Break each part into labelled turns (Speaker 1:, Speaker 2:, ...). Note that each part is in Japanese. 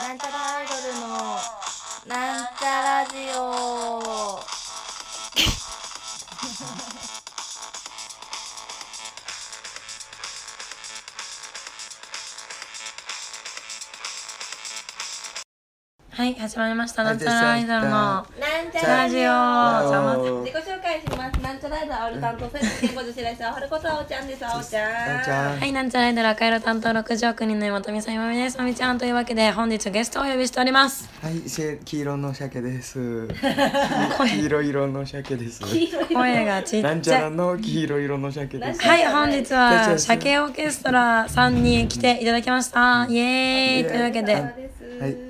Speaker 1: なんちゃらアイドルのなんちゃラジオ
Speaker 2: はい、始まりました。なんちゃらアイドルの
Speaker 1: なんちゃ
Speaker 2: ラ
Speaker 1: ラ
Speaker 2: ジ
Speaker 1: ジオ
Speaker 2: オ。邪魔
Speaker 3: オ
Speaker 1: 自己紹介しますなんちゃらアイドルアオル担当生徒健康女子大生アホルコとあおちゃんですあおちゃん
Speaker 3: あちゃん
Speaker 2: はい、なんちゃらアイドル赤色担当六条国の山富さん、今みです。まみちゃんというわけで、本日ゲストをお呼びしております。
Speaker 3: はいし黄色の鮭です黄色色の鮭です
Speaker 2: 声がちっ
Speaker 3: なんち
Speaker 2: ち
Speaker 3: ゃ
Speaker 2: ゃ
Speaker 3: ら
Speaker 2: い。
Speaker 3: の黄色色の鮭です
Speaker 2: はい、本日は鮭オーケストラさんに来ていただきました。イエーイというわけで、
Speaker 3: はい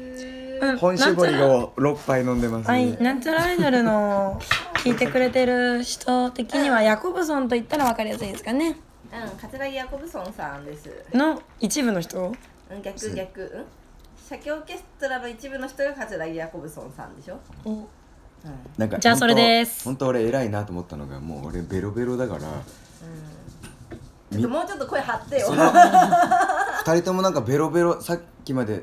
Speaker 2: うん
Speaker 3: 本絞りを六杯飲んでます
Speaker 2: はい、
Speaker 3: ね
Speaker 2: なんちゃらアイドルの聞いてくれてる人的にはヤコブソンと言ったらわかりやすいですかね。
Speaker 1: うん桂木ヤコブソンさんです
Speaker 2: の一部の人
Speaker 1: うん逆逆うん鮭オーケストラの一部の人が桂木ヤコブソンさんでしょ
Speaker 3: なんか
Speaker 2: じゃあそれです
Speaker 3: 本当本当俺偉いなと思ったのがもう俺ベロベロだから
Speaker 1: ちょっともうちょっと声張ってよ
Speaker 3: その二人ともなんかベロベロさっきまで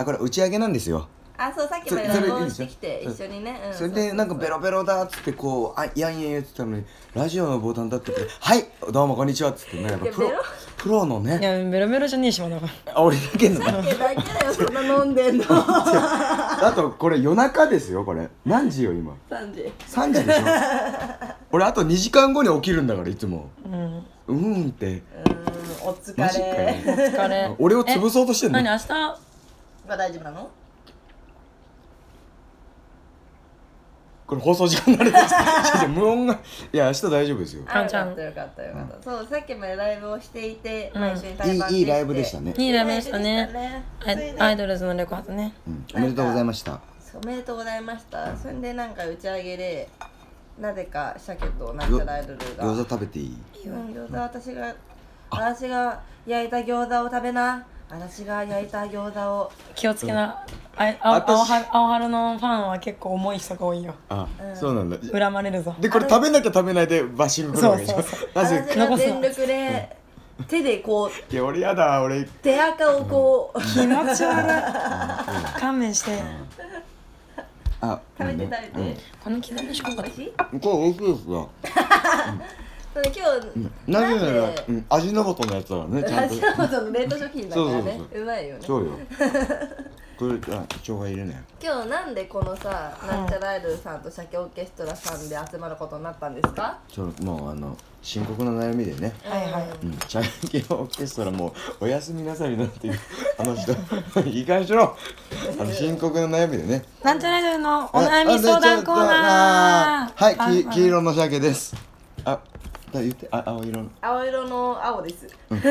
Speaker 3: あこれ打ち上げなんですよ
Speaker 1: あそうさっきまで
Speaker 3: そそれ
Speaker 1: 録音してきて
Speaker 3: いいで
Speaker 1: 一
Speaker 3: す
Speaker 1: 緒
Speaker 3: よ
Speaker 1: にね、うん、
Speaker 3: それでなんかベロベロだっつってこう「あいやんやん」言ってたのにラジオのボタン立ってて「はいどうもこんにちは」っつってなんかやっぱプロ
Speaker 1: いやベロ
Speaker 3: プロの
Speaker 2: い
Speaker 3: ね
Speaker 2: や、ベロベロじゃねえし、まだ。
Speaker 3: あ俺だけの
Speaker 1: えだけだよ そんな飲んでん の
Speaker 3: あとこれ夜中ですよこれ何時よ今
Speaker 1: 3時
Speaker 3: 3時でしょ俺あと2時間後に起きるんだからいつも
Speaker 2: うん。
Speaker 3: うーんって
Speaker 1: うーんお疲
Speaker 3: マジか
Speaker 1: れ
Speaker 2: お
Speaker 3: よ
Speaker 2: 疲れ。
Speaker 3: 俺を潰そうとしてんの
Speaker 2: 何明日
Speaker 1: まあ大丈夫なの
Speaker 3: これ放送時間になるんです違う違う無音がいや明日大丈夫ですよ
Speaker 2: あ
Speaker 1: あ
Speaker 2: ちゃん
Speaker 1: よかったよかったよかったそうさっきまでライブをしていて、まあ、一緒に
Speaker 3: い
Speaker 1: 対バン
Speaker 3: いいいライブでしたね、
Speaker 2: いいライブでしたね
Speaker 1: それ
Speaker 2: アイ
Speaker 1: で
Speaker 2: アイドルズのレコ発ね
Speaker 3: うん、おめでとうございました
Speaker 1: そうおめでとうございましたそれでなんか打ち上げでなぜか鮭となんちゃらアイドルが
Speaker 3: 餃子食べていい
Speaker 1: うん、餃子私が私が焼いた餃子を食べな私が焼いた餃子を
Speaker 2: 気をつけな、あいあ
Speaker 3: 私
Speaker 2: 青春青春のファンは結構重い人が多いよ
Speaker 3: あ、そうなんだ
Speaker 2: 恨まれるぞ
Speaker 3: でこれ食べなきゃ食べないでバッシングくるわけでし
Speaker 2: そ
Speaker 3: ょ
Speaker 2: うそうそ
Speaker 3: なぜ
Speaker 1: 私
Speaker 2: 残
Speaker 1: が
Speaker 2: すな
Speaker 1: 全力で手でこう
Speaker 3: いや俺やだ俺
Speaker 1: 手垢をこう、
Speaker 2: 気持ち悪い勘弁して
Speaker 3: あ
Speaker 1: 食べて食べて、
Speaker 2: この刻みしょうが
Speaker 1: 美味しい
Speaker 3: うん、これ美味しいですよ
Speaker 1: それ今日
Speaker 3: なぜ
Speaker 1: なん
Speaker 3: なら
Speaker 1: で、
Speaker 3: うん、味の素のやつはねちゃんと
Speaker 1: 味の素の冷凍食品だからね
Speaker 3: そうそうそう
Speaker 1: まいよね
Speaker 3: そうよ。これあ生姜入れね。
Speaker 1: 今日なんでこのさなんちゃらアイドルさんと鮭オーケストラさんで集まることになったんですか
Speaker 3: ちょもうあの深刻な悩みでね。
Speaker 2: はいはい
Speaker 3: うん、チャイケオーケストラもうおやすみなさいなんていうあの人いい加減しろあの深刻な悩みでね
Speaker 2: なんちゃらアイドルのお悩み相談コーナー
Speaker 3: はいき
Speaker 2: パンパン
Speaker 3: 黄色の鮭ですあだ言ってあ青色の
Speaker 1: 青色の青です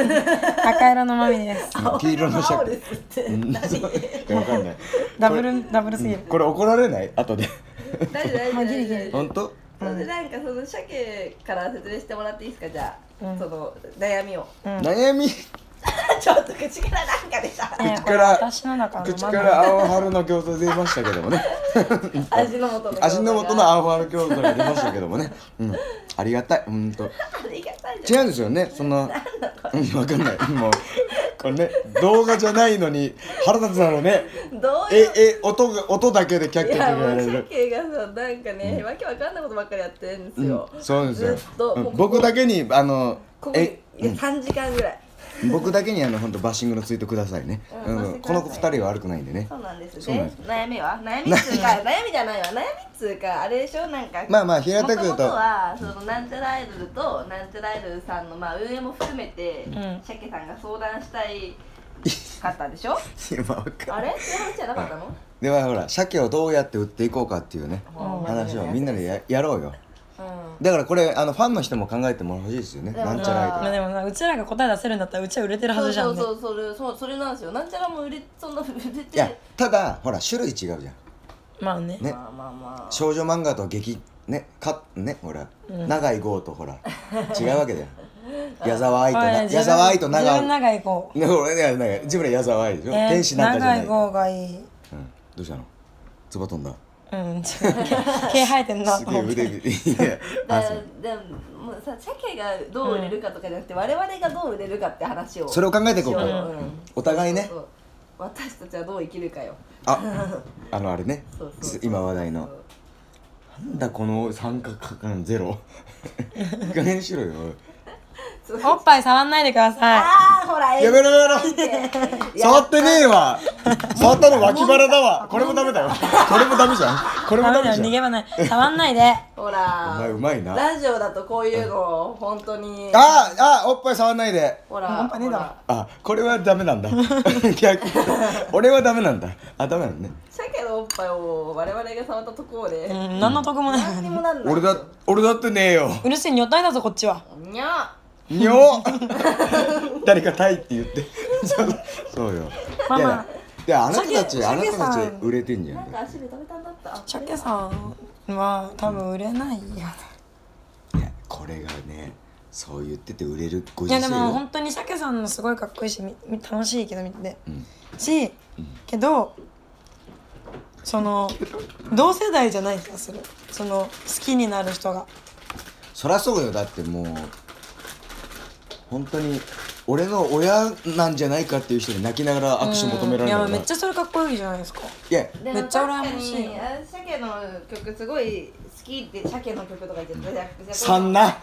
Speaker 2: 赤色のまみです
Speaker 3: うん黄色の
Speaker 1: 青
Speaker 3: 鮭
Speaker 1: ですって
Speaker 3: うんそうわかんない
Speaker 2: ダブルダブルすぎる、
Speaker 3: これ怒られない後で
Speaker 1: 大丈夫大丈夫
Speaker 2: あギリギ
Speaker 1: 大
Speaker 2: リ
Speaker 1: 丈夫
Speaker 3: 本当
Speaker 1: そうでなんかその鮭から説明してもらっていいですかじゃあ、その悩みを
Speaker 2: うん
Speaker 3: 悩み
Speaker 1: ちょっと口からなんかでさ
Speaker 2: ね
Speaker 3: 口から
Speaker 2: これ私の中の
Speaker 3: 口
Speaker 2: ま
Speaker 3: か
Speaker 2: み
Speaker 3: ら青春の餃子出ましたけどもね
Speaker 1: 味の素の餃子が
Speaker 3: 味の素のアーファル餃子が出ましたけどもね、うん、ありがたい、うんと
Speaker 1: ありがたいじ
Speaker 3: 違うんですよね、そんな、うん、分かんない、もうこれね、動画じゃないのに腹立つだろうね
Speaker 1: ゃんどう
Speaker 3: え
Speaker 1: いう、
Speaker 3: え、音が音だけでキャッキャ
Speaker 1: い
Speaker 3: ッキャ
Speaker 1: や
Speaker 3: ッ言
Speaker 1: も
Speaker 3: わ
Speaker 1: う
Speaker 3: れる
Speaker 1: 鮭がさなんかね、わけわかんないことばっかりやってるんですよ、
Speaker 3: そうですよ
Speaker 1: ずっと、
Speaker 3: うん
Speaker 1: もうここ
Speaker 3: 僕だけに、あの
Speaker 1: ここ
Speaker 3: え
Speaker 1: いや3時間ぐらい
Speaker 3: 僕だけにあの、本当バッシングのツイートくださいね、
Speaker 1: う
Speaker 3: うんんこの子二人は悪くないんでね
Speaker 1: そうなんです
Speaker 3: そうなん
Speaker 1: ね
Speaker 3: です
Speaker 1: 悩みは悩みっつうか悩みじゃないわ悩みっつうかあれでしょなんか
Speaker 3: まあまあ平たく言う
Speaker 1: も
Speaker 3: と
Speaker 1: ともとはそのなんちゃらアイドルとなんちゃらアイドルさんのまあ運営も含めて
Speaker 2: ん
Speaker 1: シャケさんが相談した いかったでしょ
Speaker 3: 今分かん
Speaker 1: あれそういう話じゃなかったの
Speaker 3: ではほら、鮭をどうやって売っていこうかっていうね
Speaker 1: もう
Speaker 3: 話をみんなでややろうよ
Speaker 1: うん
Speaker 3: だからこれあのファンの人も考えてもらってほしいですよね
Speaker 1: でも
Speaker 3: なんちゃらアイドル
Speaker 2: まあでもなうちらが答え出せるんだったらうちは売れてるは
Speaker 1: そ
Speaker 2: ず
Speaker 1: う
Speaker 2: じゃ
Speaker 1: そ
Speaker 2: ん
Speaker 1: う
Speaker 2: ね
Speaker 1: そうそれそうそれなんですよなんちゃらも売れそん な売れ
Speaker 3: いや
Speaker 1: て
Speaker 3: ただほら種類違うじゃん
Speaker 2: まあね
Speaker 3: ね
Speaker 1: まあまあまあ
Speaker 3: 少女漫画と劇ねかねほら、長井豪とほら違うわけだよ 矢沢愛と
Speaker 2: は
Speaker 3: ない
Speaker 2: 自分
Speaker 3: 矢沢愛と
Speaker 2: 自分
Speaker 3: 長井
Speaker 2: 長いこう
Speaker 3: ね俺ねなんか自分ら矢沢愛でしょ、
Speaker 2: えー
Speaker 3: 天使なんかじゃない
Speaker 2: 長い号がいい
Speaker 3: うん、どうしたのつば飛ん だ
Speaker 2: うん、ちょっと 毛毛生えてんな
Speaker 3: す
Speaker 2: と
Speaker 3: げえ
Speaker 2: 思って。
Speaker 3: 腕毛いや
Speaker 1: だ
Speaker 3: あ
Speaker 1: か
Speaker 3: そ
Speaker 1: ら
Speaker 3: う
Speaker 1: でももうさシャケがどう売れるかとかじゃなくて我々がどう売れるかって話を
Speaker 3: それを考えていこうか、
Speaker 1: うん
Speaker 3: お互いね
Speaker 1: そう私たちはどう生きるかよ
Speaker 3: ああのあれね
Speaker 1: そうそう
Speaker 3: 今話題のなんだこの三角関ゼロ いい加減にしろよ
Speaker 1: そう
Speaker 2: おっぱい触んないでくださ
Speaker 1: あーほら
Speaker 3: やめろやめろ
Speaker 1: ろ
Speaker 3: 触ってねえわ触ったの脇腹だわこれもダメだよこれもダメじゃんこ
Speaker 2: い。
Speaker 3: れも
Speaker 2: ダ
Speaker 3: ダ
Speaker 2: メ
Speaker 3: メ
Speaker 2: だ
Speaker 3: じ
Speaker 2: よ、
Speaker 3: ゃ
Speaker 2: 逃
Speaker 3: ん
Speaker 2: げ場ない。触んないで。
Speaker 1: ほ
Speaker 3: お
Speaker 1: ら
Speaker 3: 前うまいなあ
Speaker 1: ラジオだとこういうの本当に
Speaker 3: あおっぱい触んないで
Speaker 1: ほら
Speaker 2: ほんとねえだろ
Speaker 3: あこれはダメなんだ 逆俺はダメなんだあダメなのね
Speaker 1: 鮭のおっぱいを我々が触ったところで
Speaker 2: うん、何の得もない。
Speaker 1: 何にもなんない
Speaker 3: 俺だ俺だってねえよ
Speaker 2: うるせえ、女体だぞ、こっちは。
Speaker 1: にゃ
Speaker 3: にょ誰か「タイ」って言ってそうそうよ
Speaker 2: ママ
Speaker 3: いやいやあなたた
Speaker 2: 鮭
Speaker 3: ちあなたた
Speaker 2: 鮭
Speaker 3: ち
Speaker 2: さん
Speaker 3: 売れてんじゃ
Speaker 1: なん
Speaker 3: ん
Speaker 1: か足で食べたんだった
Speaker 2: シャケさんは多分売れないよね。
Speaker 3: いやこれがねそう言ってて売れるご
Speaker 2: い
Speaker 3: 時
Speaker 2: や
Speaker 3: 世
Speaker 2: で
Speaker 3: よ
Speaker 2: も本当にシャケさんのすごいかっこいいしみみ楽しいけど見てて
Speaker 3: うん
Speaker 2: しけどその同世代じゃない気がするその好きになる人が
Speaker 3: そりゃそうよだってもう本当に俺の親なんじゃないかっていう人に泣きながら握手求められ
Speaker 2: う
Speaker 3: る
Speaker 2: んい
Speaker 3: の
Speaker 2: やめっちゃそれかっこいいじゃないですか
Speaker 3: いや
Speaker 1: で
Speaker 2: めっちゃ羨ま
Speaker 1: も確
Speaker 2: しい
Speaker 1: かにあ鮭の曲すごい好きって鮭の曲とか言ってたじゃん
Speaker 3: さん な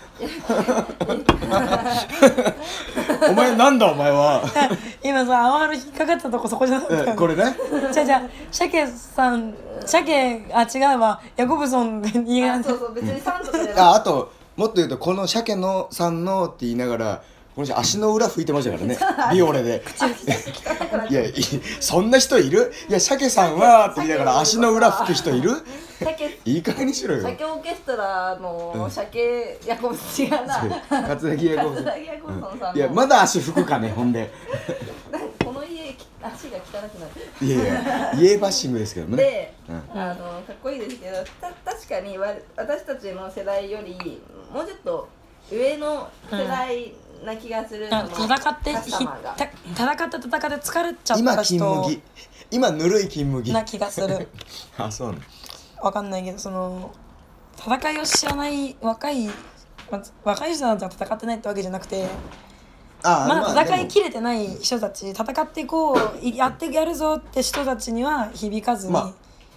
Speaker 3: お前なんだお前は
Speaker 2: 今さ青春引っかかったとこそこじゃなかった
Speaker 3: えこれね
Speaker 2: じゃじゃシャケさんシャケあ違うわヤコブソンで逃げ
Speaker 1: あそうそう別にさんとかじゃない
Speaker 3: ああともっと言うとこの鮭のさんのって言いながらこの人足の裏拭いてましたからねビオレでいやいそんな人いるいや鮭さんはって言いながら足の裏拭く人いる
Speaker 1: 鮭
Speaker 3: いい加減にしろよ
Speaker 1: 鮭オーケストラの鮭ヤコブ違うな
Speaker 3: 活躍やこぶ
Speaker 1: 桂木ヤコブソンさん
Speaker 3: いや
Speaker 1: の
Speaker 3: まだ足拭くかねほんで
Speaker 1: なんかこの家き足が汚くなる
Speaker 3: いやいや家バッシングですけどもね
Speaker 1: で、
Speaker 3: う
Speaker 1: あのかっこいいですけどた確かにわ私たちの世代よりもうちょっと上の世代な気がする、
Speaker 2: 戦
Speaker 1: その
Speaker 2: って
Speaker 1: カスタ
Speaker 2: ひ
Speaker 1: マーが
Speaker 2: た戦って戦って疲れちゃっ
Speaker 3: 今
Speaker 2: た
Speaker 3: 金
Speaker 2: 人
Speaker 3: 麦今ぬるい金麦
Speaker 2: な気がする
Speaker 3: あそうなの
Speaker 2: わかんないけどその戦いを知らない若いま若い人たちは戦ってないってわけじゃなくて
Speaker 3: あ
Speaker 2: まだ戦い
Speaker 3: き
Speaker 2: きれてない人たち戦っていこういやってやるぞって人たちには響かずに、
Speaker 3: まあ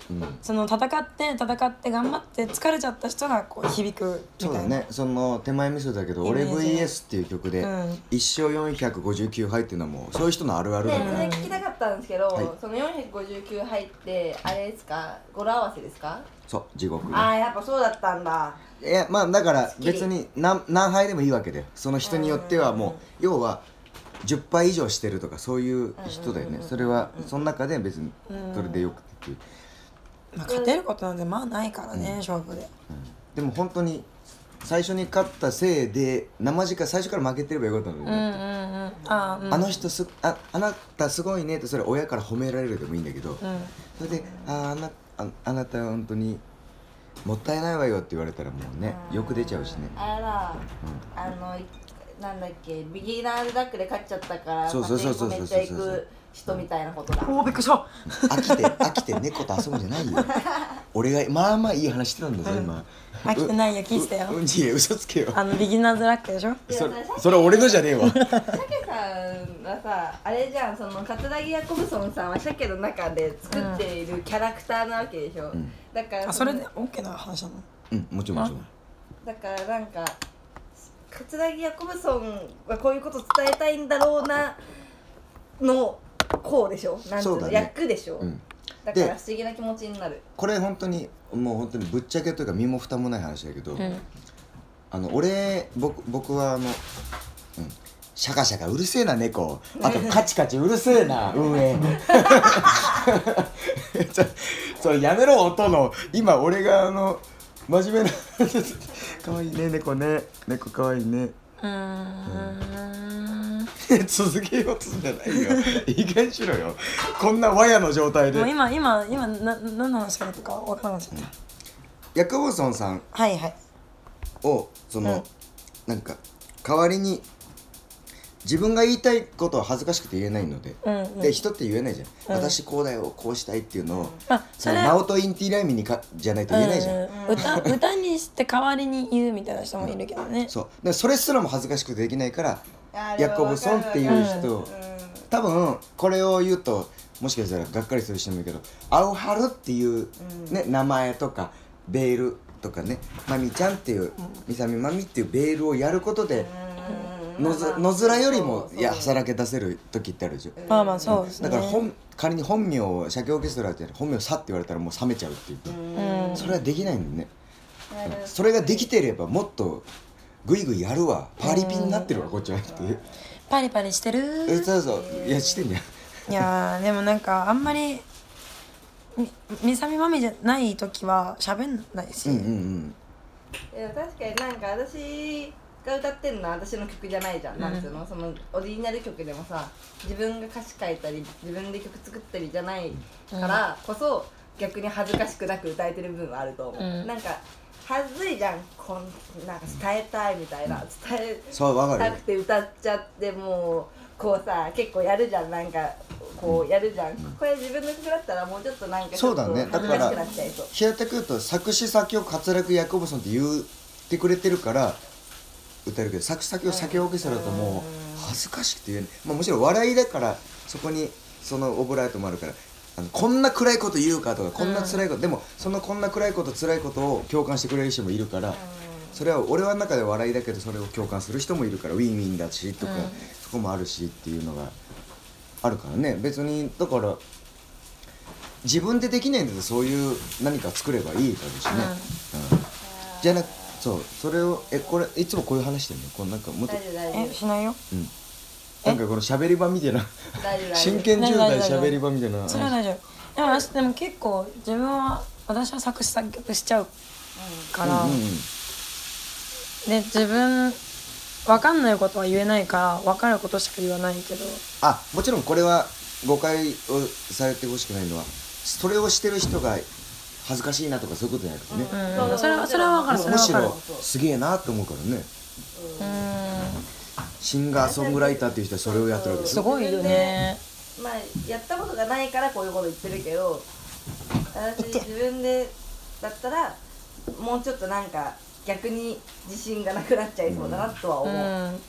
Speaker 3: うん
Speaker 2: その戦って戦って頑張って疲れちゃった人がこう響くみ
Speaker 3: そう
Speaker 2: た
Speaker 3: だ
Speaker 2: いな。
Speaker 3: ねその手前味噌だけど「
Speaker 2: イ
Speaker 3: 俺
Speaker 2: メージ
Speaker 3: VS」っていう曲で
Speaker 2: うん
Speaker 3: 一生459杯っていうのはもうそういう人のあるある
Speaker 1: で
Speaker 3: だ
Speaker 1: そ
Speaker 3: か
Speaker 1: れ
Speaker 3: ら
Speaker 1: 聞きたかったんですけど、
Speaker 3: はい
Speaker 1: その459入ってあれですか語呂合わせですか、
Speaker 3: そう地獄ね
Speaker 1: ああやっぱそうだったんだ
Speaker 3: いやまあだから
Speaker 1: きり
Speaker 3: 別に何何杯でもいいわけでその人によってはもう要は10杯以上してるとかそういう人だよねそれはその中で別にそれでよくてっていう
Speaker 2: まあ、勝てることなんてまあないからね、勝負で。
Speaker 3: でも本当に最初に勝ったせいで生地から最初から負けてればよかったのに
Speaker 2: うんうんう
Speaker 3: ね
Speaker 2: ん。ああ、うん。
Speaker 3: あの人すああなたすごいねってそれ親から褒められるでもいいんだけど、
Speaker 2: うん
Speaker 3: それで「ああなああなた本当にもったいないわよ」って言われたらもうねよく出ちゃうしね
Speaker 1: あら、あのいなんだっけビギナーズダックで勝っちゃったから
Speaker 3: そうそうそうそうそう
Speaker 1: パチンコめっちゃ行く人みたいなことだ
Speaker 2: おお、びっくりした。
Speaker 3: 飽きて飽きて猫と遊ぶんじゃない よ俺がまあまあいい話してたんだぞ今
Speaker 2: 飽きてないよ、聞いてたよ
Speaker 3: う。うんち嘘つけよ
Speaker 2: あの、ビギナーズラックでしょ
Speaker 3: それそれ俺のじゃねえわ
Speaker 1: 鮭さんはさあれじゃんその桂木ヤコブソンさんは鮭の中で作っているキャラクターなわけでしょ、
Speaker 3: ん
Speaker 1: だから
Speaker 2: あ、それ
Speaker 1: の
Speaker 2: で OK な話なの
Speaker 3: うんもちろんもちろん
Speaker 1: だからなんか桂木ヤコブソンはこういうこと伝えたいんだろうなのこうでしょなんつう
Speaker 3: そう
Speaker 1: の
Speaker 3: だね
Speaker 1: 役でしょ、
Speaker 3: うん
Speaker 1: だから不思議な気持ちになる
Speaker 3: これ本当にもう本当にぶっちゃけというか身も蓋もない話だけど、
Speaker 2: うん。
Speaker 3: あの俺僕僕はあの、うん、シャカシャカうるせえな猫あ とカチカチうるせえな運営 ちょそれやめろ音の今俺があの真面目な かわいいね猫ね猫かわいいね
Speaker 2: うーん。
Speaker 3: 続けようとすんじゃないよいい加減にしろよこんな和やの状態
Speaker 2: もう
Speaker 3: で
Speaker 2: 今、今、今、な、何の話かとかわからなくなっちゃっ
Speaker 3: ヤクボソンさん
Speaker 2: た。はいはい。
Speaker 3: をその、
Speaker 2: うん
Speaker 3: なんか代わりに自分が言いたいことは恥ずかしくて言えないので、
Speaker 2: うんうん
Speaker 3: で人って言えないじゃん、私こうだよこうしたいっていうのを、
Speaker 2: まあ、
Speaker 3: そ
Speaker 2: そ
Speaker 3: の
Speaker 2: れ、
Speaker 3: ナオトインティライミにかじゃないと言えないじゃん、
Speaker 2: うん歌、歌にして代わりに言うみたいな人もいるけどね。
Speaker 3: そうだからそれすらも恥ずかしくてできないから
Speaker 1: あーで
Speaker 3: ヤ
Speaker 1: も
Speaker 3: コブソンっていう人、
Speaker 1: うん
Speaker 3: 多分これを言うともしかしたらがっかりする人もいるけど「アオハル」っていう、ね名前とかベールとかね「まみちゃん」っていう「みさみまみ」っていうベールをやることで野づ野面よりもいやさらけ出せる時ってあるでしょ。
Speaker 2: まあまあそうですね
Speaker 3: だから本仮に本名を鮭オーケストラって本名さって言われたらもう冷めちゃうっていうか
Speaker 2: うん
Speaker 3: それはできないんだねそれができてればもっとグイグイやるわパリピになってるわこっちはって
Speaker 2: パリパリしてる
Speaker 3: えそうそういやしてんじゃん
Speaker 2: いやーでもなんかあんまりみみさみまみじゃない時は喋んないし、
Speaker 3: うんうん
Speaker 1: いや確かになんか私が歌ってんのは私の曲じゃないじゃん、なんつうのそのオリジナル曲でもさ自分が歌詞書いたり自分で曲作ったりじゃないからこそ、逆に恥ずかしくなく歌えてる部分はあると思う、
Speaker 2: うん
Speaker 1: なんか恥ずいじゃんこんなんか伝えたいみたいな伝え
Speaker 3: そうわか
Speaker 1: な
Speaker 3: る
Speaker 1: くて歌っちゃってもうこうさ結構やるじゃんなんかこうやるじゃん、これ自分の曲だったらもうちょっとなんかちょっと
Speaker 3: そうだねだ
Speaker 1: 恥
Speaker 3: か
Speaker 1: ず
Speaker 3: ら
Speaker 1: かしくなっちゃいそう
Speaker 3: 平たく言うと作詞作曲滑落ヤコブソンって言ってくれてるから歌えるけど作詞作曲酒オーケストラだともう恥ずかしくて言えない、まあ、もちろん笑いだからそこにそのオブラートもあるからあのこんな暗いこと言うかとかこんな辛いこと、でもそのこんな暗いこと辛いことを共感してくれる人もいるから、それは俺は中で笑いだけどそれを共感する人もいるからウィンウィンだしとか、そこもあるしっていうのがあるからね別にだから自分でできないんだったらそういう何か作ればいいかもしれない、うんじゃなくそうそれをえこれいつもこういう話してるのこうなんかもっと
Speaker 1: 大丈夫大丈
Speaker 2: えしないよ
Speaker 3: うんなんかこの喋り場みたいな
Speaker 1: 夫大丈夫大丈夫
Speaker 3: 真剣10
Speaker 2: 大
Speaker 3: 代
Speaker 2: 丈夫
Speaker 3: 喋り場みたいな
Speaker 2: それは大丈夫でも私でも結構自分は私は作詞作曲しちゃうから、
Speaker 3: うんうんうん
Speaker 2: で自分わかんないことは言えないからわかることしか言わないけど
Speaker 3: あもちろんこれは誤解をされてほしくないのはそれをしてる人が恥ずかしいなとかそういうことじゃなくてね、
Speaker 2: うんそれはそれはわかるそれ
Speaker 3: む
Speaker 2: はわ
Speaker 3: し
Speaker 2: かる
Speaker 3: ろすげえなって思うからね
Speaker 2: う
Speaker 3: シンガーソングライターっていう人はそれをやってるわけ
Speaker 2: ん
Speaker 3: です
Speaker 2: す
Speaker 3: よ
Speaker 2: ごいよね
Speaker 1: まあやったことがないからこういうこと言ってるけど私自分でだったらもうちょっとなんか逆に自信がなくなっちゃいそうだなとは
Speaker 2: う
Speaker 1: 思う、
Speaker 2: ん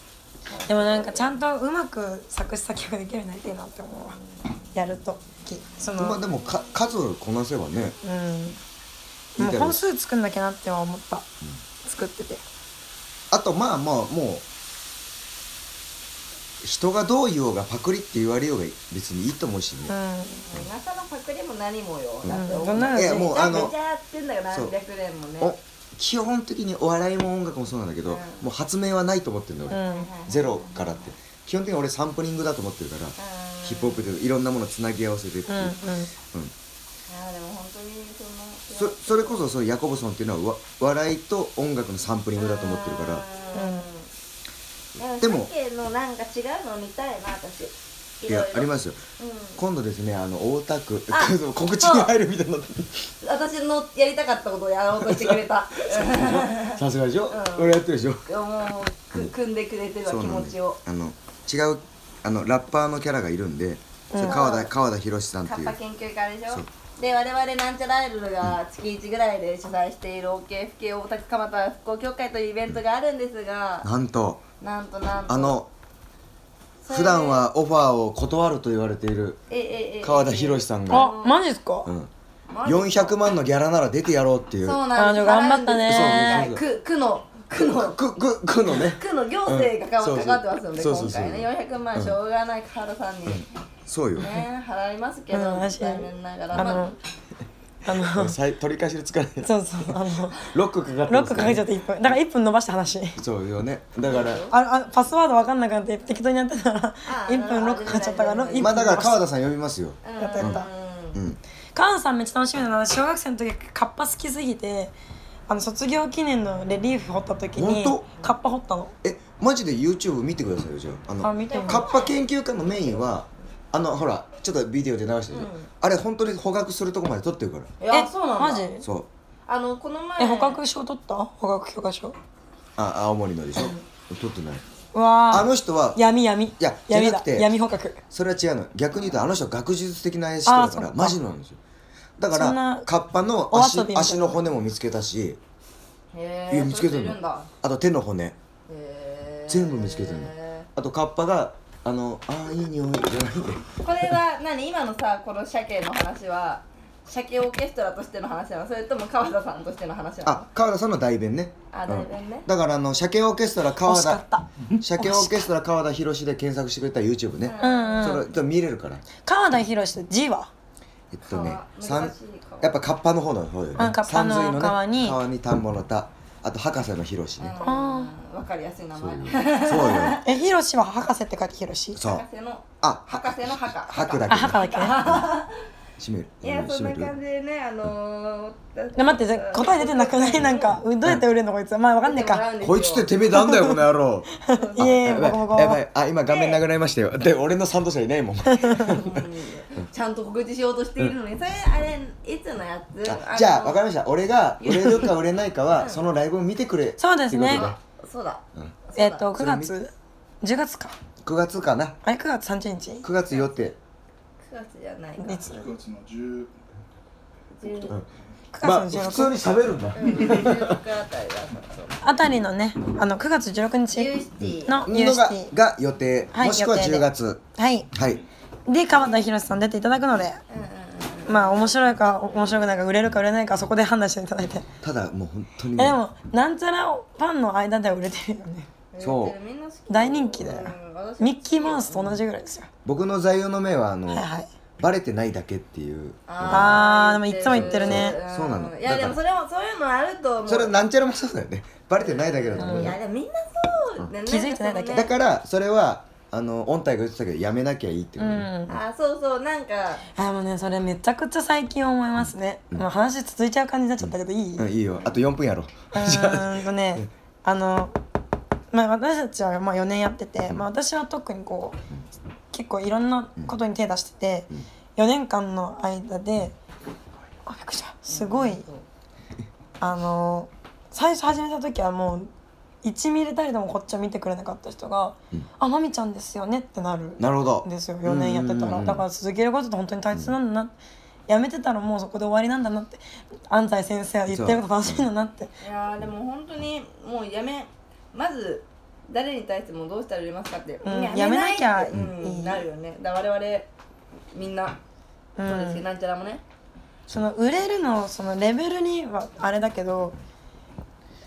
Speaker 2: でもなんかちゃんとうまく作詞作曲できるようになりたいなって思うわやるときその
Speaker 3: まあでもか数をこなせばね
Speaker 2: う
Speaker 3: いい
Speaker 2: ん、もう
Speaker 3: だろう
Speaker 2: 本数作んなきゃなっては思った、作ってて
Speaker 3: あとまあまあもう人がどう言おうがパクリって言われようが別にいいと思うし
Speaker 2: う
Speaker 3: ね、
Speaker 2: ん
Speaker 1: 中のパクリも何もよ、だって
Speaker 2: うん
Speaker 1: 思
Speaker 2: ど
Speaker 1: うん
Speaker 2: なの
Speaker 3: いやもうあ
Speaker 1: めちゃ
Speaker 3: の
Speaker 1: くちゃやってんだよ何百年もね
Speaker 3: お基本的にお笑いも音楽もそうなんだけど、
Speaker 1: うん
Speaker 3: もう発明はないと思ってるの
Speaker 2: う
Speaker 3: 俺、
Speaker 2: ん
Speaker 3: ゼロからって基本的に俺サンプリングだと思ってるから、ヒップホップでいろんなものつなぎ合わせてって
Speaker 2: う
Speaker 3: い
Speaker 2: ん
Speaker 3: う、う
Speaker 2: うん
Speaker 1: い
Speaker 3: ん
Speaker 1: やでも本当にその
Speaker 3: そそれこそそのヤコブソンっていうのはわ笑いと音楽のサンプリングだと思ってるから
Speaker 1: うん
Speaker 3: でも
Speaker 1: 鮭のなんか違うの見たいな私
Speaker 3: いやあり
Speaker 1: す
Speaker 3: ますよ今度ですねあの大田区
Speaker 1: あ
Speaker 3: 告知に入るみたいになって
Speaker 1: 私のやりたかったことをやろうとしてくれ た
Speaker 3: さすがでしょ、
Speaker 1: うん
Speaker 3: 俺やってるでしょ
Speaker 1: もうく組んでくれてるわ
Speaker 3: そう
Speaker 1: 気
Speaker 3: な
Speaker 1: 持
Speaker 3: んで
Speaker 1: ちを
Speaker 3: あの違うあのラッパーのキャラがいるんで、それ川田川田博さんって
Speaker 1: カ
Speaker 3: い
Speaker 1: ッ
Speaker 3: う
Speaker 1: パ研究家でし
Speaker 3: そ
Speaker 1: ょ
Speaker 3: う
Speaker 1: で我々なんちゃらアイドルが月1ぐらいで主催している OKFK 大田区蒲田復興協会というイベントがあるんですが
Speaker 3: なんと
Speaker 1: なんとなんと
Speaker 3: あの
Speaker 1: それ
Speaker 3: 普段はオファーを断ると言われている
Speaker 1: えええ
Speaker 3: 川田博さんが、
Speaker 2: あマジですか、
Speaker 3: うん、
Speaker 1: マジ
Speaker 3: 400万のギャラなら出てやろうっていう
Speaker 1: そうなんです
Speaker 2: 彼女頑張ったね
Speaker 1: そうそうそう区区の区の
Speaker 3: くくくのね
Speaker 1: 区の行政が関わ,、
Speaker 3: うん
Speaker 1: 関わってますので
Speaker 3: そうそう
Speaker 1: 今回ね
Speaker 3: そう
Speaker 1: 400万しょうがない川田さんに、
Speaker 3: そうよ、
Speaker 1: ね払いますけど、
Speaker 2: うん私
Speaker 1: 残念ながら
Speaker 2: あのあの
Speaker 3: さい取り返しでつかない
Speaker 2: そうそうあの
Speaker 3: ロックかかって
Speaker 2: ロッ
Speaker 3: ます
Speaker 2: ク
Speaker 3: か
Speaker 2: か
Speaker 3: ね
Speaker 2: らけちゃって1分だから1分伸ばした話
Speaker 3: そうよねだから
Speaker 2: ああパスワードわかんなくなって適当にやってたら1分ロックかかっちゃったから1分
Speaker 3: まあだから川
Speaker 2: 田
Speaker 3: 田さん呼びますよ
Speaker 1: うん
Speaker 2: やったやった
Speaker 3: うん、
Speaker 2: カンさんめっちゃ楽しみなのは小学生の時カッパ好きすぎてあの卒業記念のレリーフ掘った時に
Speaker 3: 本
Speaker 2: カッパ掘ったの
Speaker 3: えマジで YouTube 見てくださいよじゃああの
Speaker 2: あ見てみよう
Speaker 3: カッパ研究家のメインはあのほらちょっとビデオで流してるでしょ、あれ本当に捕獲するとこまで撮ってるから
Speaker 1: いやそうなんだ
Speaker 2: マジ
Speaker 3: そう
Speaker 1: あのこの前
Speaker 2: え捕獲賞取った捕獲許可証
Speaker 3: あ青森のでしょ撮ってないう
Speaker 2: わー
Speaker 3: あの人は
Speaker 2: 闇闇い
Speaker 3: や
Speaker 2: 闇
Speaker 3: じゃな
Speaker 2: だ
Speaker 3: くて
Speaker 2: 闇捕獲
Speaker 3: それは違うの逆に言うとあの人は学術的な人だ
Speaker 2: あー
Speaker 3: か
Speaker 2: そっ
Speaker 3: ら
Speaker 2: か
Speaker 3: マジなんですよだか
Speaker 2: そんな
Speaker 3: らカッパの
Speaker 2: お遊び
Speaker 3: 足
Speaker 2: みたいな
Speaker 3: 足の骨も見つけたし
Speaker 1: へ
Speaker 3: い
Speaker 1: え
Speaker 3: や見つけて
Speaker 1: そうい
Speaker 3: る
Speaker 1: るんだ
Speaker 3: のあと手の骨
Speaker 1: へー
Speaker 3: 全部見つけてるのあとカッパがああのあーいい匂いじゃなくて
Speaker 1: これは何今のさこの鮭の話は鮭オーケストラとしての話なのそれとも川田さんとしての話なの
Speaker 3: あ川田さんの代弁ね
Speaker 1: あ代弁ね
Speaker 3: うんだからあの鮭オーケストラ川
Speaker 2: 惜し
Speaker 3: 田
Speaker 2: かった
Speaker 3: 鮭オーケストラ川田博で検索してくれたら YouTube ね、
Speaker 2: うん
Speaker 3: そ
Speaker 2: うん
Speaker 3: れちょっと見れるから
Speaker 2: 川田博士 G は
Speaker 3: えっとね
Speaker 1: 川
Speaker 3: さん
Speaker 1: 難しい川
Speaker 3: やっぱカッパの方の方だよね
Speaker 2: うんカッパの
Speaker 3: 山水ね
Speaker 2: 川に
Speaker 3: 川に田んぼの田あと博士の博ね、
Speaker 1: うんわかりやすい名
Speaker 3: そう
Speaker 1: 前
Speaker 3: よそうよ
Speaker 2: え博士は博士って書いて博士
Speaker 3: そう
Speaker 1: 博士の
Speaker 3: あ
Speaker 1: 博士の博
Speaker 3: 博だ
Speaker 2: あ
Speaker 3: け
Speaker 2: 博だっけ
Speaker 3: 閉める
Speaker 1: いやそんな
Speaker 3: 閉め
Speaker 1: 感
Speaker 3: る
Speaker 1: じでねあのー
Speaker 2: ね待ってぜ答え出てなくないなんかうどうやって売れるのこいつまあわかんねえか
Speaker 3: こいつっててめえなんだよこの野郎
Speaker 2: いえいえ
Speaker 3: やばい
Speaker 2: ボコボコ
Speaker 3: やばいあ今画面流れましたよで俺の賛同者いないもん
Speaker 1: ちゃんと告知しようとしているのにそれあれいつのやつ
Speaker 3: あじゃあ分かりま
Speaker 1: し
Speaker 3: した俺が売れるか売れないかはそのライブを見てくれ
Speaker 2: そうですね
Speaker 3: っていうこ
Speaker 1: そうだ
Speaker 3: ん
Speaker 1: そうだ
Speaker 2: えっと9月10月か
Speaker 3: とで9月かな
Speaker 2: あれ9月30日
Speaker 3: 9月予定
Speaker 1: 9月じゃないか
Speaker 2: いつ
Speaker 4: 9月の10
Speaker 1: 10
Speaker 3: ん
Speaker 2: 9
Speaker 3: まあ
Speaker 2: 月
Speaker 3: 普
Speaker 2: の
Speaker 3: 通
Speaker 2: 16
Speaker 3: に喋るんだ
Speaker 1: うん10日あたりだ
Speaker 2: あたりのねあの9月16日のニュー
Speaker 3: の
Speaker 2: ス
Speaker 3: が
Speaker 2: ティ
Speaker 3: が予定
Speaker 2: はい
Speaker 3: もしくは
Speaker 2: 予定で
Speaker 3: 10月
Speaker 2: はい
Speaker 3: はい
Speaker 2: で川田博さん出ていただくのでまあ面白いか面白くないか売れるか売れないかそこで判断していただいて
Speaker 3: ただもう本当に
Speaker 2: え
Speaker 3: ね
Speaker 2: でもなんちゃらファンの間では売れてるよね
Speaker 3: そう
Speaker 1: みんな好き
Speaker 2: 大人気だよ
Speaker 1: うん私も
Speaker 2: ミッキーマウスと同じぐらいですよ
Speaker 3: 僕の座右の銘はあの
Speaker 2: はいはい
Speaker 3: バレてないだけっていう
Speaker 2: あーでもいつも言ってるね
Speaker 1: ん
Speaker 3: そうなの
Speaker 1: いやでもそれもそういうのあると思う
Speaker 3: それはなんちゃらもそうだよねバレてないだけだと思う
Speaker 1: い
Speaker 3: よ
Speaker 1: やでもみんなそうだね
Speaker 2: 気づいてないだけ
Speaker 3: だからそれはあの音体が言ってたけどやめなきゃいいって
Speaker 2: う
Speaker 3: ことね、
Speaker 2: ん
Speaker 1: らあそうそうなんか
Speaker 2: あもうねそれめちゃくちゃ最近思いますね、もう話続いちゃう感じになっちゃったけどいい、
Speaker 3: う
Speaker 2: うん
Speaker 3: いいよあと4分やろう
Speaker 2: ーんとねあの、まあ、私たちはまあ4年やってて、まあ、私は特にこう結構いろんなことに手出してて、4年間の間であびっくりしたすごいあの最初始めた時はもう1ミリたりともこっちを見てくれなかった人が「あまみちゃんですよね」ってなる。
Speaker 3: なるほど
Speaker 2: ですよ4年やってた
Speaker 3: うんうんう
Speaker 2: ら
Speaker 3: ん
Speaker 2: だから続けることって本当に大切なんだな、やめてたらもうそこで終わりなんだなって安西先生は言ってること楽しいんだなって
Speaker 1: いやーでも本当にもうやめまず誰に対してもどうしたら売れますかって、
Speaker 2: うん
Speaker 1: いや
Speaker 2: やめなきゃ
Speaker 1: ってうん
Speaker 2: いい
Speaker 1: なるよねだから我々みんな
Speaker 2: う
Speaker 1: そ
Speaker 2: ん
Speaker 1: うですけど、なんちゃらもね
Speaker 2: その売れるのそのレベルにはあれだけど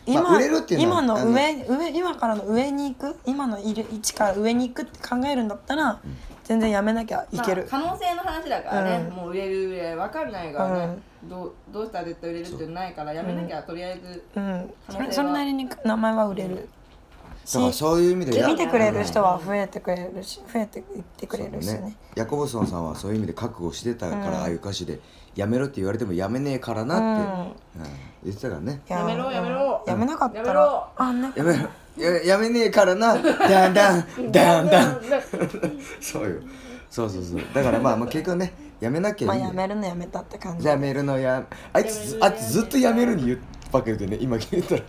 Speaker 3: まあ売れるっていうのは
Speaker 2: 今の
Speaker 3: あの
Speaker 2: 上上今からの上に行く今のいる位置から上に行くって考えるんだったら、全然やめなきゃいける、
Speaker 1: まあ可能性の話だからね、
Speaker 2: うん
Speaker 1: もう売れる売れない分かんないからね、どうどうしたら絶対売れるっていうのないからやめなきゃ、とりあえず
Speaker 2: うん
Speaker 1: 可能性
Speaker 2: そ
Speaker 1: は
Speaker 2: れそれなりに名前は売れるし
Speaker 3: だからそういう意味でや
Speaker 2: 見てくれる人は増えてくれるし増えていってくれるし
Speaker 3: そう
Speaker 2: ね
Speaker 3: ねヤコブソンさんはそういう意味で覚悟してたから、ああいう歌詞で「やめろ」って言われてもやめねえからなって、うん言ってたからね
Speaker 2: いー
Speaker 1: やめろやめろ
Speaker 2: やめなかった
Speaker 1: やめろ
Speaker 2: らあな
Speaker 3: 「
Speaker 2: ん
Speaker 3: や
Speaker 2: か
Speaker 3: めろややめねえからなだんだんだんだん」そうよそうそうそうだからまあまあ結局ねやめなき
Speaker 2: ま
Speaker 3: ゃ
Speaker 2: あ
Speaker 3: いいんだよ
Speaker 2: やめるのやめたって感じ
Speaker 3: やめるのやあいつあいつずっとやめるに言うばっか言ってね今聞いたら、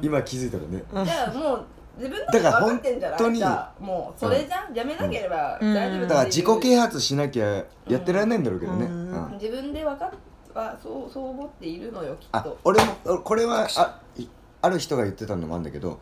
Speaker 3: 今気づいたらね、
Speaker 1: じゃあもう自分
Speaker 3: だ
Speaker 1: だ
Speaker 3: から
Speaker 1: か分かってんじゃない
Speaker 3: 本当に
Speaker 1: じゃあもうそれじゃん、やめなければ大丈夫っていう
Speaker 3: だから自己啓発しなきゃやってられないんだろうけどね、
Speaker 2: うん
Speaker 3: うん
Speaker 1: 自分で分かっはそうそう思っているのよきっ
Speaker 3: あ
Speaker 1: と
Speaker 3: 俺も俺これはあいある人が言ってたのもあるんだけど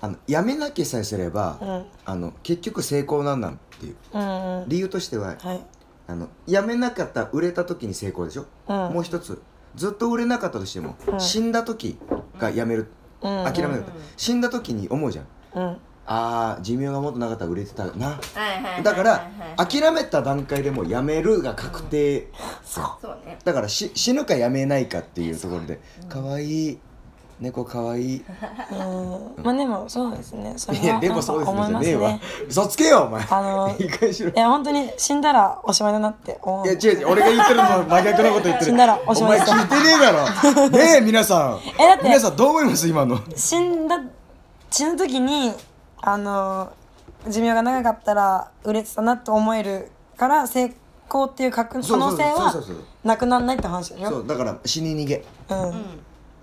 Speaker 3: あのやめなきゃさえすれば、
Speaker 2: ん
Speaker 3: あの結局成功なんなんっていう
Speaker 2: うんうん
Speaker 3: 理由としては、
Speaker 2: はい
Speaker 3: あのやめなかったら売れた時に成功でしょ、
Speaker 2: うん
Speaker 3: もう一つずっと売れなかったとしても、
Speaker 2: ん
Speaker 3: 死んだ時がやめる、
Speaker 2: うん
Speaker 3: 諦めなかった、死んだ時に思うじゃん
Speaker 2: うん
Speaker 3: あー寿命がもっとなかったら売れてたな
Speaker 1: はいはいはいはいはい
Speaker 3: だから諦めた段階でもうやめるが確定、
Speaker 1: そうね
Speaker 3: だからし死ぬかやめないかっていうところで可愛、いい猫可愛いい
Speaker 2: うんまあでもそうですねそれ
Speaker 3: いや
Speaker 2: は
Speaker 3: で
Speaker 2: な
Speaker 3: も
Speaker 2: んか
Speaker 3: そうです
Speaker 2: 思
Speaker 3: ね
Speaker 2: い
Speaker 3: じゃ
Speaker 2: ま
Speaker 3: ねえ
Speaker 2: す
Speaker 3: わ
Speaker 2: ね
Speaker 3: 嘘つけよお前
Speaker 2: あの
Speaker 3: いい加減しろ
Speaker 2: いや本当に死んだらおしまいだなって思う
Speaker 3: いや違う違う俺が言ってるのと真逆のこと言ってる
Speaker 2: 死んだらおしまいです
Speaker 3: お前聞いてねえだろねえ皆さん
Speaker 2: えだって
Speaker 3: 皆さんどう思います今の
Speaker 2: 死んだ死ぬ時にあの寿命が長かったら売れてたなと思えるから成功っていう確可
Speaker 3: そう
Speaker 2: 能性
Speaker 3: そうそうそうそう
Speaker 2: はなくならないって話だ
Speaker 3: そ
Speaker 2: よ
Speaker 3: うだから死に逃げ
Speaker 2: う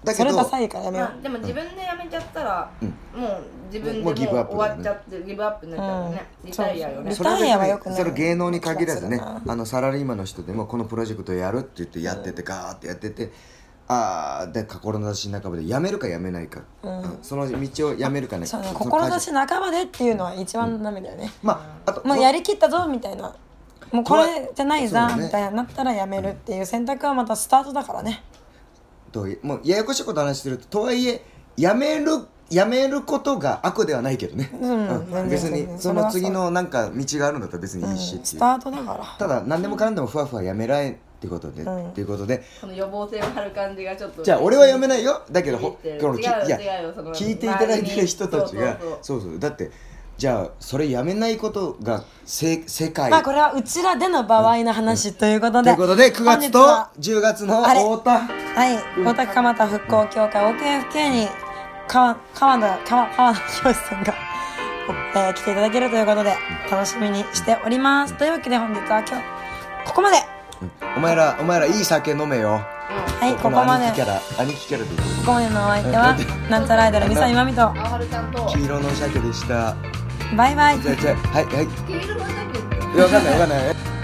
Speaker 2: ん、
Speaker 3: だ
Speaker 2: そ
Speaker 3: け
Speaker 2: れ
Speaker 3: ど
Speaker 2: ダサいからやめよう
Speaker 1: まあ、でも自分でやめちゃったら、もう自分で
Speaker 3: も
Speaker 1: も
Speaker 3: う
Speaker 1: う
Speaker 3: ギ
Speaker 1: 終
Speaker 3: ブアップ
Speaker 1: わっちゃってギブアップになっちゃうよね、リタイアよね
Speaker 2: リタイアは良くない
Speaker 3: それ芸能に限らずね
Speaker 2: そう
Speaker 3: あのサラリーマンの人でもこのプロジェクトやるって言ってやっててガーってやっててあーで志半ばでやめるかやめないか、
Speaker 2: うん
Speaker 3: うんその道をやめるかね
Speaker 2: そうね
Speaker 3: その
Speaker 2: 志半ばでっていうのは一番ダメだよね、
Speaker 3: まああと
Speaker 2: もうやりきったぞみたいなもうこれじゃない
Speaker 3: そ
Speaker 2: ぞ
Speaker 3: うだね
Speaker 2: みたいになったらやめるっていう選択はまたスタートだからね
Speaker 3: ともうややこしいこと話してるととはいえやめるやめることが悪ではないけどね、
Speaker 2: うん全然
Speaker 3: 別
Speaker 2: 全
Speaker 3: に
Speaker 2: 然
Speaker 3: そ
Speaker 2: それ
Speaker 3: の
Speaker 2: はそう
Speaker 3: 次のなんか道があるんだったら別にいいしっ
Speaker 2: うん
Speaker 3: てい
Speaker 2: ス
Speaker 3: う、
Speaker 2: タートだから
Speaker 3: ただ何でもかんでもふわふわやめられんってことで、
Speaker 2: うん
Speaker 3: っていうことで
Speaker 1: この予防線を張る感じがちょっと
Speaker 3: じゃあ俺はやめないよだけどほ
Speaker 1: 違う
Speaker 3: このきいや
Speaker 1: 違うよその
Speaker 3: 聞いていただいてる人たち
Speaker 1: 周り
Speaker 3: が
Speaker 1: にそうそうそう
Speaker 3: そうそうだってじゃあそれやめないことがせ世界
Speaker 2: まあこれはうちらでの場合の話ということ
Speaker 3: と
Speaker 2: で、
Speaker 3: いうことで9月と
Speaker 2: 本日は
Speaker 3: 10月の
Speaker 2: あれ
Speaker 3: 太田
Speaker 2: はい、大田区蒲田復興協会 OKFK に川川田川川田博さんが、えー来ていただけるということで楽しみにしております、というわけで本日は今日ここまでは
Speaker 3: お前らお前らいい酒飲めよ
Speaker 2: いここまで
Speaker 3: 兄貴キャ
Speaker 2: こ
Speaker 3: ラ兄貴キャラで言う
Speaker 2: こまでのお相手はなんちゃらアイドルミサイマミと
Speaker 1: うん青春ちゃんと
Speaker 3: 黄色の鮭でした
Speaker 2: バイバイ
Speaker 3: じゃあじゃあはいはい
Speaker 1: 黄色のジャケット
Speaker 3: いやわかんないわかんない